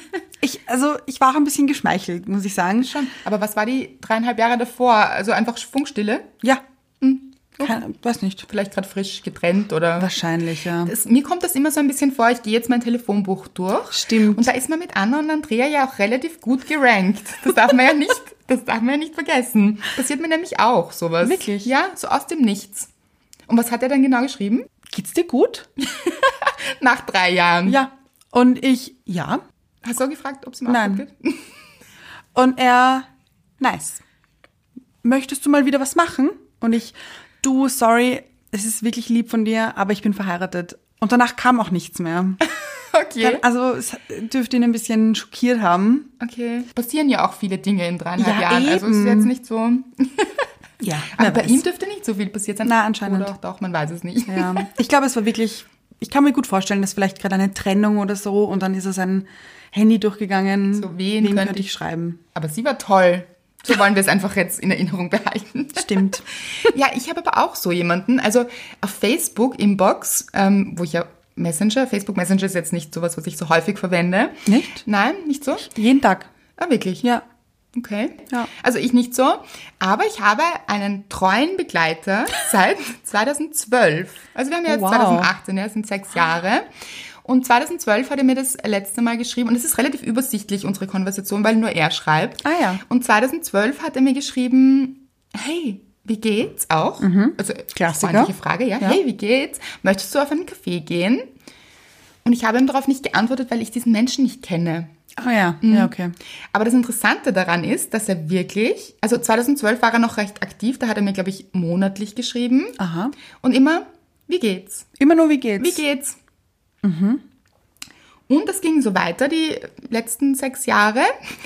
A: Ich, also, ich war auch ein bisschen geschmeichelt, muss ich sagen.
B: Schon. Aber was war die dreieinhalb Jahre davor? Also einfach Funkstille?
A: Ja. Hm. Keine, weiß nicht.
B: Vielleicht gerade frisch getrennt oder?
A: Wahrscheinlich, ja.
B: Das, mir kommt das immer so ein bisschen vor, ich gehe jetzt mein Telefonbuch durch.
A: Stimmt.
B: Und da ist man mit Anna und Andrea ja auch relativ gut gerankt. Das darf man ja nicht, das darf man ja nicht vergessen. Passiert mir nämlich auch sowas.
A: Wirklich?
B: Ja, so aus dem Nichts. Und was hat er dann genau geschrieben?
A: Geht's dir gut?
B: Nach drei Jahren.
A: Ja. Und ich, ja.
B: Hast du auch gefragt, ob es mir
A: Nein.
B: auch gut geht?
A: Und er, nice. Möchtest du mal wieder was machen? Und ich, du, sorry, es ist wirklich lieb von dir, aber ich bin verheiratet. Und danach kam auch nichts mehr.
B: Okay.
A: Also es dürfte ihn ein bisschen schockiert haben.
B: Okay. Passieren ja auch viele Dinge in dreieinhalb
A: Ja,
B: Jahren. Also es ist
A: eben.
B: jetzt nicht so.
A: Ja,
B: Aber bei ihm dürfte nicht so viel passiert sein.
A: Na, anscheinend.
B: Oder auch doch, man weiß es nicht.
A: Ja, ich glaube, es war wirklich, ich kann mir gut vorstellen, dass vielleicht gerade eine Trennung oder so und dann ist er sein Handy durchgegangen.
B: So, wen
A: Wem
B: könnte
A: könnte ich
B: ich-
A: schreiben?
B: Aber sie war toll. So wollen wir es einfach jetzt in Erinnerung behalten.
A: Stimmt.
B: Ja, ich habe aber auch so jemanden. Also auf Facebook Inbox, ähm, wo ich ja Messenger, Facebook Messenger ist jetzt nicht sowas, was ich so häufig verwende.
A: Nicht?
B: Nein, nicht so.
A: Jeden Tag.
B: Ah, wirklich?
A: Ja.
B: Okay.
A: Ja.
B: Also ich nicht so. Aber ich habe einen treuen Begleiter seit 2012. Also wir haben ja jetzt
A: Wow.
B: 2018, ja, das sind sechs Jahre. Und 2012 hat er mir das letzte Mal geschrieben, und es ist relativ übersichtlich, unsere Konversation, weil nur er schreibt.
A: Ah ja.
B: Und 2012 hat er mir geschrieben, hey, wie geht's auch? Also
A: Mhm. Klassiker.
B: freundliche Frage, ja. Hey, wie geht's? Möchtest du auf einen Kaffee gehen? Und ich habe ihm darauf nicht geantwortet, weil ich diesen Menschen nicht kenne.
A: Ah ja, ja, okay.
B: Aber das Interessante daran ist, dass er wirklich, also 2012 war er noch recht aktiv, da hat er mir, glaube ich, monatlich geschrieben.
A: Aha.
B: Und immer, wie geht's?
A: Immer nur, wie geht's?
B: Wie geht's? Und das ging so weiter die letzten sechs Jahre,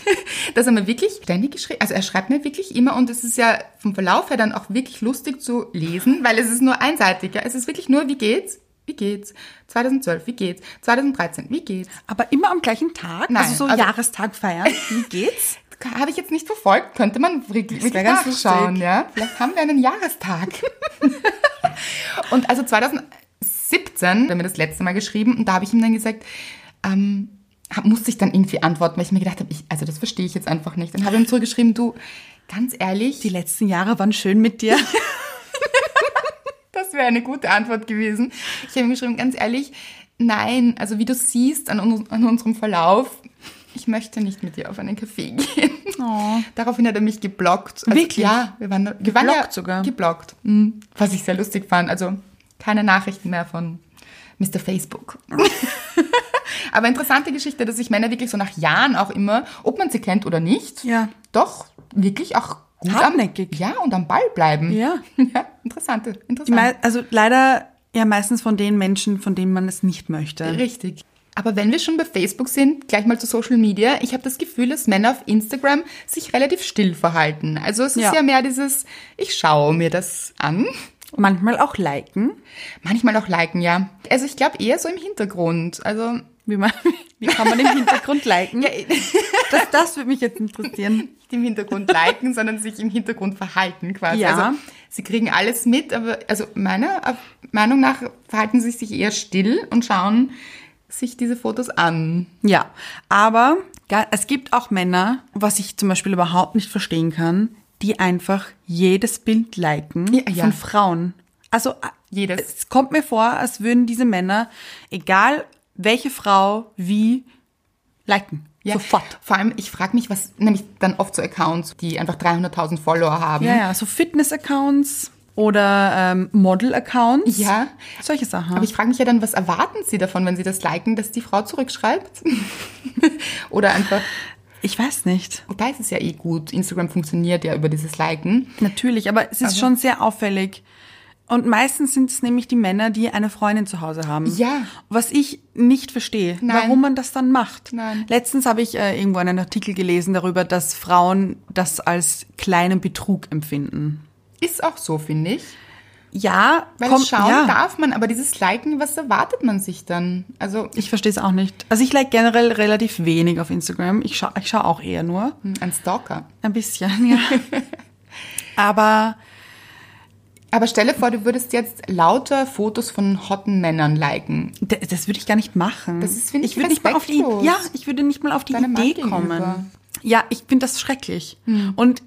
B: dass er mir wirklich ständig geschrieben, also er schreibt mir wirklich immer und es ist ja vom Verlauf her dann auch wirklich lustig zu lesen, weil es ist nur einseitig. Ja? Es ist wirklich nur, wie geht's? Wie geht's? 2012, wie geht's? 2013, wie geht's?
A: Aber immer am gleichen Tag?
B: Nein,
A: Also so
B: also-
A: Jahrestag feiern? Wie geht's?
B: Habe ich jetzt nicht verfolgt, könnte man wirklich,
A: wär
B: wirklich
A: ganz
B: nachschauen,
A: lustig.
B: ja? Vielleicht haben wir einen Jahrestag. und also 2017 hat er mir das letzte Mal geschrieben und da habe ich ihm dann gesagt, ähm, hab, musste ich dann irgendwie antworten, weil ich mir gedacht habe, ich, also das verstehe ich jetzt einfach nicht. Dann habe ich ihm zurückgeschrieben, du, ganz ehrlich,
A: Die letzten Jahre waren schön mit dir.
B: Das wäre eine gute Antwort gewesen. Ich habe ihm geschrieben, ganz ehrlich, nein, also wie du siehst an, un an unserem Verlauf, ich möchte nicht mit dir auf einen Kaffee gehen. Daraufhin hat er mich geblockt. Also,
A: Oh. Wirklich?
B: Ja, wir waren, wir waren ja
A: Geblockt sogar?
B: Geblockt. Mhm. Was ich sehr lustig fand. Also keine Nachrichten mehr von Mr. Facebook. Aber interessante Geschichte, dass sich Männer wirklich so nach Jahren auch immer, ob man sie kennt oder nicht,
A: Ja.
B: doch wirklich auch gut
A: Hartnäckig.
B: Am, ja, und am Ball bleiben.
A: Ja.
B: ja interessante, interessante.
A: Die mei- also leider ja meistens von den Menschen, von denen man es nicht möchte.
B: Richtig. Aber wenn wir schon bei Facebook sind, gleich mal zu Social Media. Ich habe das Gefühl, dass Männer auf Instagram sich relativ still verhalten. Also es ist ja,
A: Ja.
B: mehr dieses, ich schaue mir das an.
A: Manchmal auch liken,
B: Manchmal auch liken, ja. Also ich glaube eher so im Hintergrund. Also
A: wie, man, wie kann man im Hintergrund liken?
B: ja,
A: Das, das würde mich jetzt interessieren.
B: nicht im Hintergrund liken, sondern sich im Hintergrund verhalten quasi.
A: Ja.
B: Also sie kriegen alles mit, aber also meiner Meinung nach verhalten sie sich eher still und schauen sich diese Fotos an.
A: Ja, aber ja, es gibt auch Männer, was ich zum Beispiel überhaupt nicht verstehen kann, die einfach jedes Bild liken
B: Ja, ja.
A: von Frauen. Also äh,
B: Jedes.
A: Es kommt mir vor, als würden diese Männer, egal welche Frau wie, liken. Sofort.
B: Vor allem, ich frage mich, was nämlich dann oft so Accounts, die einfach 300.000 Follower haben.
A: Ja, ja, so Fitness-Accounts oder ähm, Model-Accounts.
B: Ja.
A: Solche Sachen.
B: Aber ich frage mich ja dann, was erwarten Sie davon, wenn Sie das liken, dass die Frau zurückschreibt? Oder einfach,
A: ich weiß nicht.
B: wobei es ist ja eh gut, Instagram funktioniert ja über dieses Liken.
A: Natürlich, aber es ist
B: Also
A: schon sehr auffällig. Und meistens sind es nämlich die Männer, die eine Freundin zu Hause haben.
B: Ja.
A: Was ich nicht verstehe,
B: Nein.
A: warum man das dann macht.
B: Nein.
A: Letztens habe ich äh, irgendwo einen Artikel gelesen darüber, dass Frauen das als kleinen Betrug empfinden.
B: Ist auch so, finde ich.
A: ja,
B: Weil
A: komm-
B: schauen
A: ja.
B: darf man, aber dieses Liken, was erwartet man sich dann? Also
A: Ich verstehe es auch nicht. Also ich like generell relativ wenig auf Instagram. Ich schaue ich schau auch eher nur.
B: hm, ein Stalker.
A: Ein bisschen, ja. Aber
B: Aber stelle vor, du würdest jetzt lauter Fotos von hotten Männern liken.
A: d- das würde ich gar nicht machen.
B: Das ist, finde ich,
A: würde nicht mal auf die,
B: respektlos.
A: Ja, ich würde nicht mal auf die
B: Deinem Mann
A: Idee
B: gegenüber. Hm.
A: kommen. Ja, ich finde das schrecklich. Und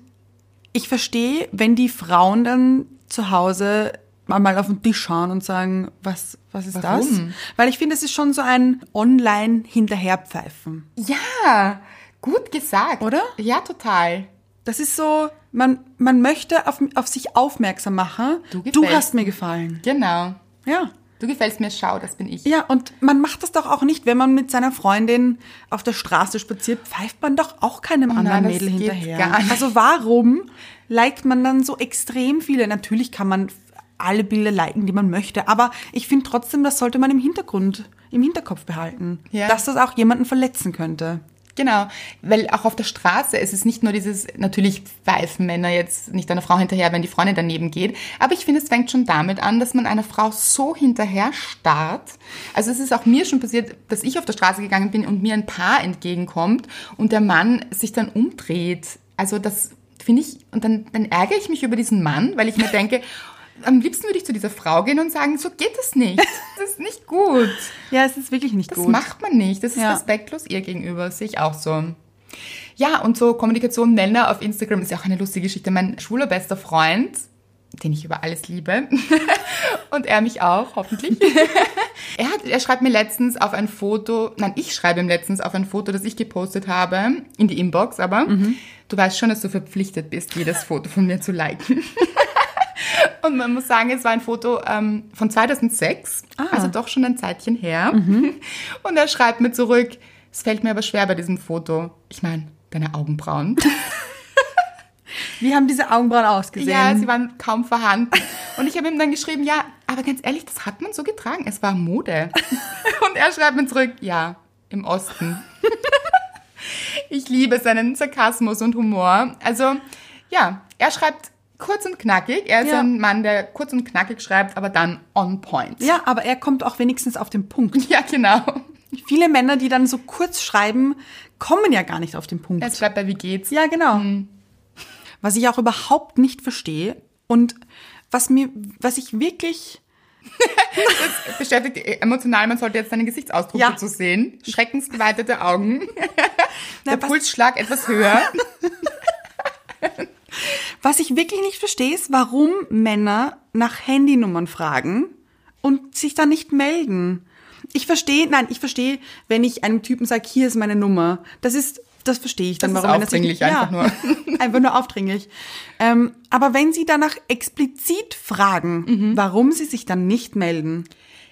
A: ich verstehe, wenn die Frauen dann zu Hause mal- mal auf den Tisch schauen und sagen, was, was ist das?
B: Warum?
A: Weil ich finde, es ist schon so ein Online-Hinterherpfeifen.
B: Ja, gut gesagt.
A: Oder?
B: Ja, total.
A: Das ist so, man, man möchte auf, auf sich aufmerksam machen.
B: Du
A: Du,
B: gefällst
A: hast mir gefallen.
B: Genau.
A: Ja.
B: Du gefällst mir, schau, das bin ich.
A: Ja, und man macht das doch auch nicht, wenn man mit seiner Freundin auf der Straße spaziert, pfeift man doch auch keinem anderen
B: das
A: Mädel
B: geht
A: hinterher.
B: gar nicht.
A: Also warum liked man dann so extrem viele? Natürlich kann man alle Bilder liken, die man möchte, aber ich finde trotzdem, das sollte man im Hintergrund, im Hinterkopf behalten,
B: Ja.
A: dass das auch jemanden verletzen könnte.
B: Genau, weil auch auf der Straße, es ist nicht nur dieses, natürlich pfeifen Männer jetzt nicht einer Frau hinterher, wenn die Freundin daneben geht, aber ich finde, es fängt schon damit an, dass man einer Frau so hinterher starrt. Also es ist auch mir schon passiert, dass ich auf der Straße gegangen bin und mir ein Paar entgegenkommt und der Mann sich dann umdreht. Also das finde ich, und dann, dann ärgere ich mich über diesen Mann, weil ich mir denke, am liebsten würde ich zu dieser Frau gehen und sagen, so geht es nicht. Das ist nicht gut.
A: Ja, es ist wirklich nicht
B: Das
A: gut.
B: macht man nicht. Das ist
A: Ja.
B: respektlos ihr gegenüber, sehe ich auch so. Ja, und so Kommunikation Männer auf Instagram ist ja auch eine lustige Geschichte. Mein schwuler bester Freund, den ich über alles liebe, und er mich auch, hoffentlich. Er, hat, er schreibt mir letztens auf ein Foto, nein, ich schreibe ihm letztens auf ein Foto, das ich gepostet habe, in die Inbox aber.
A: Mhm.
B: Du weißt schon, dass du verpflichtet bist, jedes Foto von mir zu liken. Und man muss sagen, es war ein Foto ähm, von 2006,
A: Ah.
B: also doch schon ein Zeitchen her.
A: Mhm.
B: Und er schreibt mir zurück, es fällt mir aber schwer bei diesem Foto. Ich meine, deine Augenbrauen.
A: Wie haben diese Augenbrauen ausgesehen?
B: Ja, sie waren kaum vorhanden. Und ich habe ihm dann geschrieben, ja, aber ganz ehrlich, das hat man so getragen. Es war Mode. Und er schreibt mir zurück, ja, im Osten. Ich liebe seinen Sarkasmus und Humor. Also, ja, er schreibt kurz und knackig. Er ist
A: Ja.
B: ein Mann, der kurz und knackig schreibt, aber dann on point.
A: ja, aber er kommt auch wenigstens auf den Punkt.
B: Ja, genau.
A: Viele Männer, die dann so kurz schreiben, kommen ja gar nicht auf den Punkt.
B: Er schreibt bei Wie geht's?
A: ja, genau.
B: Mhm.
A: Was ich auch überhaupt nicht verstehe und was mir, was ich wirklich,
B: Beschäftigt äh, emotional, man sollte jetzt seinen Gesichtsausdruck
A: Ja.
B: dazu sehen. Schreckensgeweitete Augen, der
A: na, was,
B: Pulsschlag etwas höher.
A: was ich wirklich nicht verstehe, ist, warum Männer nach Handynummern fragen und sich dann nicht melden. Ich verstehe, nein, ich verstehe, wenn ich einem Typen sage, hier ist meine Nummer. Das ist, das verstehe ich dann,
B: Das ist
A: warum er sich-
B: aufdringlich einfach nur.
A: Einfach nur aufdringlich. Ähm, aber wenn Sie danach explizit fragen,
B: Mhm.
A: warum Sie sich dann nicht melden,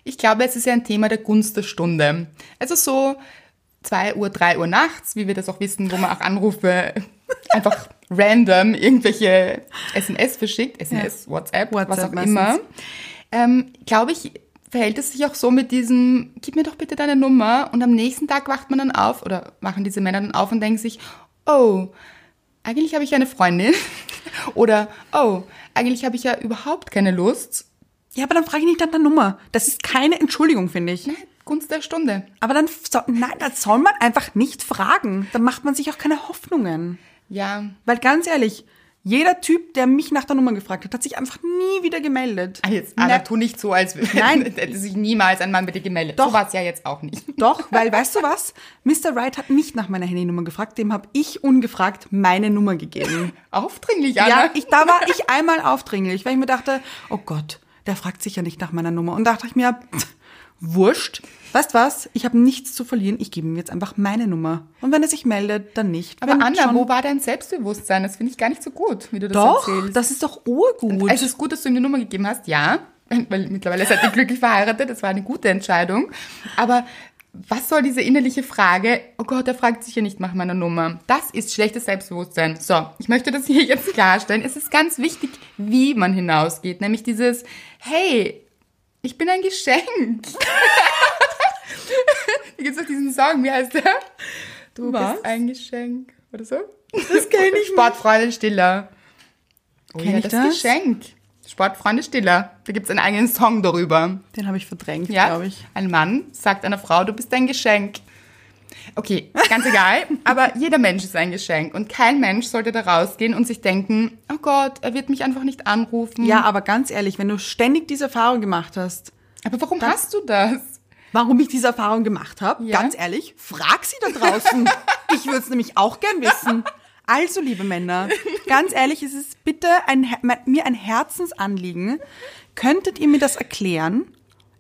B: Ich glaube, es ist ja ein Thema der Gunst der Stunde. Also so 2 Uhr, 3 Uhr nachts, wie wir das auch wissen, wo man auch Anrufe einfach random irgendwelche SMS verschickt, SMS, WhatsApp, was
A: WhatsApp
B: auch
A: meistens.
B: immer. Ähm, glaube ich, verhält es sich auch so mit diesem, gib mir doch bitte deine Nummer und am nächsten Tag wacht man dann auf oder machen diese Männer dann auf und denken sich, oh, eigentlich habe ich ja eine Freundin oder oh, eigentlich habe ich ja überhaupt keine Lust.
A: ja, aber dann frage ich nicht nach der Nummer. Das ist keine Entschuldigung, finde ich.
B: Ne, Gunst der Stunde.
A: Aber dann, so, nein, das soll man einfach nicht fragen. Dann macht man sich auch keine Hoffnungen.
B: Ja,
A: Weil ganz ehrlich, jeder Typ, der mich nach der Nummer gefragt hat, hat sich einfach nie wieder gemeldet.
B: Ah, Jetzt, Anna,
A: Na,
B: tu nicht so, als
A: Nein.
B: hätte sich niemals ein Mann bei dir gemeldet. So
A: Doch.
B: war es ja jetzt auch nicht.
A: Doch, weil weißt du was? Mr. Wright hat nicht nach meiner Handynummer gefragt, dem habe ich ungefragt meine Nummer gegeben.
B: Aufdringlich, Anna.
A: Ja, ich, da war ich einmal aufdringlich, weil ich mir dachte, oh Gott, der fragt sicher nicht nach meiner Nummer. Und dachte ich mir, pff, wurscht. Weißt was? Ich habe nichts zu verlieren. Ich gebe ihm jetzt einfach meine Nummer. Und wenn er sich meldet, dann nicht.
B: Aber
A: wenn
B: Anna,
A: schon-
B: wo war dein Selbstbewusstsein? Das finde ich gar nicht so gut, wie du das
A: doch,
B: erzählst. Also,
A: das ist doch urgut.
B: Es ist gut, dass du ihm die Nummer gegeben hast, ja. Weil mittlerweile seid ihr glücklich verheiratet. Das war eine gute Entscheidung. Aber was soll diese innerliche Frage? Oh Gott, er fragt sich ja nicht nach meiner Nummer. Das ist schlechtes Selbstbewusstsein. So, ich möchte das hier jetzt klarstellen. Es ist ganz wichtig, wie man hinausgeht. Nämlich dieses, hey, ich bin ein Geschenk. Wie gibt's auch diesen Song? Wie heißt der? Du
A: Was?
B: bist ein Geschenk. Oder so? Das kenne ich Sportfreunde Stiller. Oh
A: Kenn
B: ja,
A: ich
B: das,
A: das?
B: Geschenk. Sportfreunde Stiller. Da gibt's einen eigenen Song darüber.
A: Den habe ich verdrängt,
B: Ja,
A: glaube ich.
B: ein Mann sagt einer Frau, du bist ein Geschenk. Okay, ganz egal, aber jeder Mensch ist ein Geschenk und kein Mensch sollte da rausgehen und sich denken, oh Gott, er wird mich einfach nicht anrufen.
A: Ja, aber ganz ehrlich, wenn du ständig diese Erfahrung gemacht hast,
B: Aber warum hast du das?
A: warum ich diese Erfahrung gemacht habe,
B: Ja.
A: ganz ehrlich, frag sie da draußen. ich würde es nämlich auch gern wissen. Also, liebe Männer, ganz ehrlich, es ist bitte ein, Her- me- mir ein Herzensanliegen. Könntet ihr mir das erklären?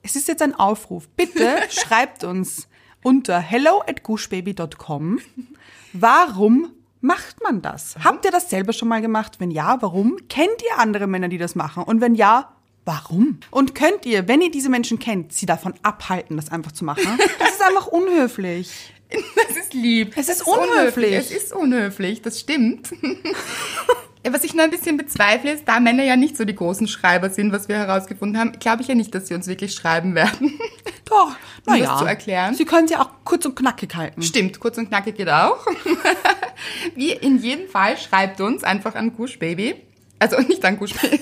A: Es ist jetzt ein Aufruf. Bitte schreibt uns unter hello at goosebaby.com. Warum macht man das? Habt ihr das selber schon mal gemacht? Wenn ja, warum? Kennt ihr andere Männer, die das machen? Und wenn ja, warum? Und könnt ihr, wenn ihr diese Menschen kennt, sie davon abhalten, das einfach zu machen? Das ist einfach unhöflich.
B: Das ist lieb.
A: Es
B: Das
A: ist unhöflich.
B: Es ist unhöflich, das stimmt. Ja, Was ich nur ein bisschen bezweifle, ist, da Männer ja nicht so die großen Schreiber sind, was wir herausgefunden haben, glaube ich ja nicht, dass sie uns wirklich schreiben werden.
A: Doch,
B: Um das
A: naja.
B: zu erklären?
A: Sie können sie auch kurz und knackig halten.
B: Stimmt, kurz und knackig geht auch. Wie in jedem Fall schreibt uns einfach an Guschbaby. Also nicht an Guschbaby.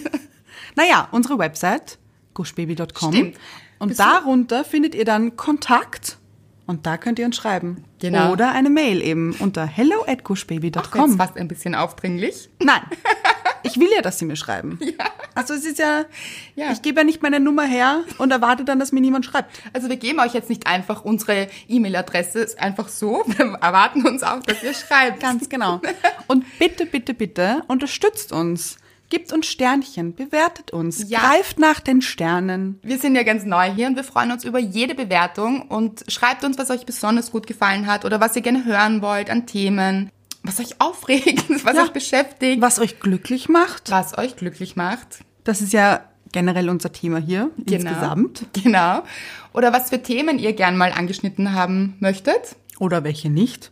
A: Naja, unsere Website, gushbaby.com.
B: Stimmt.
A: Und
B: Bist du-
A: darunter findet ihr dann Kontakt und da könnt ihr uns schreiben.
B: Genau.
A: Oder eine Mail eben unter hello at
B: Komm.
A: gushbaby.com.
B: fast ein bisschen aufdringlich.
A: Nein, ich will ja, dass sie mir schreiben. Ja. Also es ist ja,
B: Ja.
A: ich gebe ja nicht meine Nummer her und erwarte dann, dass mir niemand schreibt.
B: Also wir geben euch jetzt nicht einfach unsere E-Mail-Adresse einfach so. Wir erwarten uns auch, dass ihr schreibt.
A: Ganz genau. Und bitte, bitte, bitte unterstützt uns. Gibt uns Sternchen, bewertet uns,
B: Ja.
A: greift nach den Sternen.
B: Wir sind ja ganz neu hier und wir freuen uns über jede Bewertung und schreibt uns, was euch besonders gut gefallen hat oder was ihr gerne hören wollt an Themen, was euch aufregt, was
A: Ja.
B: euch beschäftigt,
A: Was euch glücklich macht.
B: was euch glücklich macht.
A: Das ist ja generell unser Thema hier insgesamt.
B: Genau. Oder was für Themen ihr gern mal angeschnitten haben möchtet.
A: Oder welche nicht.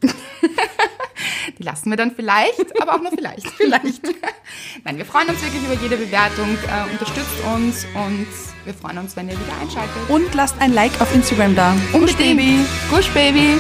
B: Die lassen wir dann vielleicht, aber auch nur vielleicht. Vielleicht. Nein, wir freuen uns wirklich über jede Bewertung. Äh, unterstützt uns und wir freuen uns, wenn ihr wieder einschaltet.
A: Und lasst ein Like auf Instagram da.
B: Unbedingt. Gusch, Baby.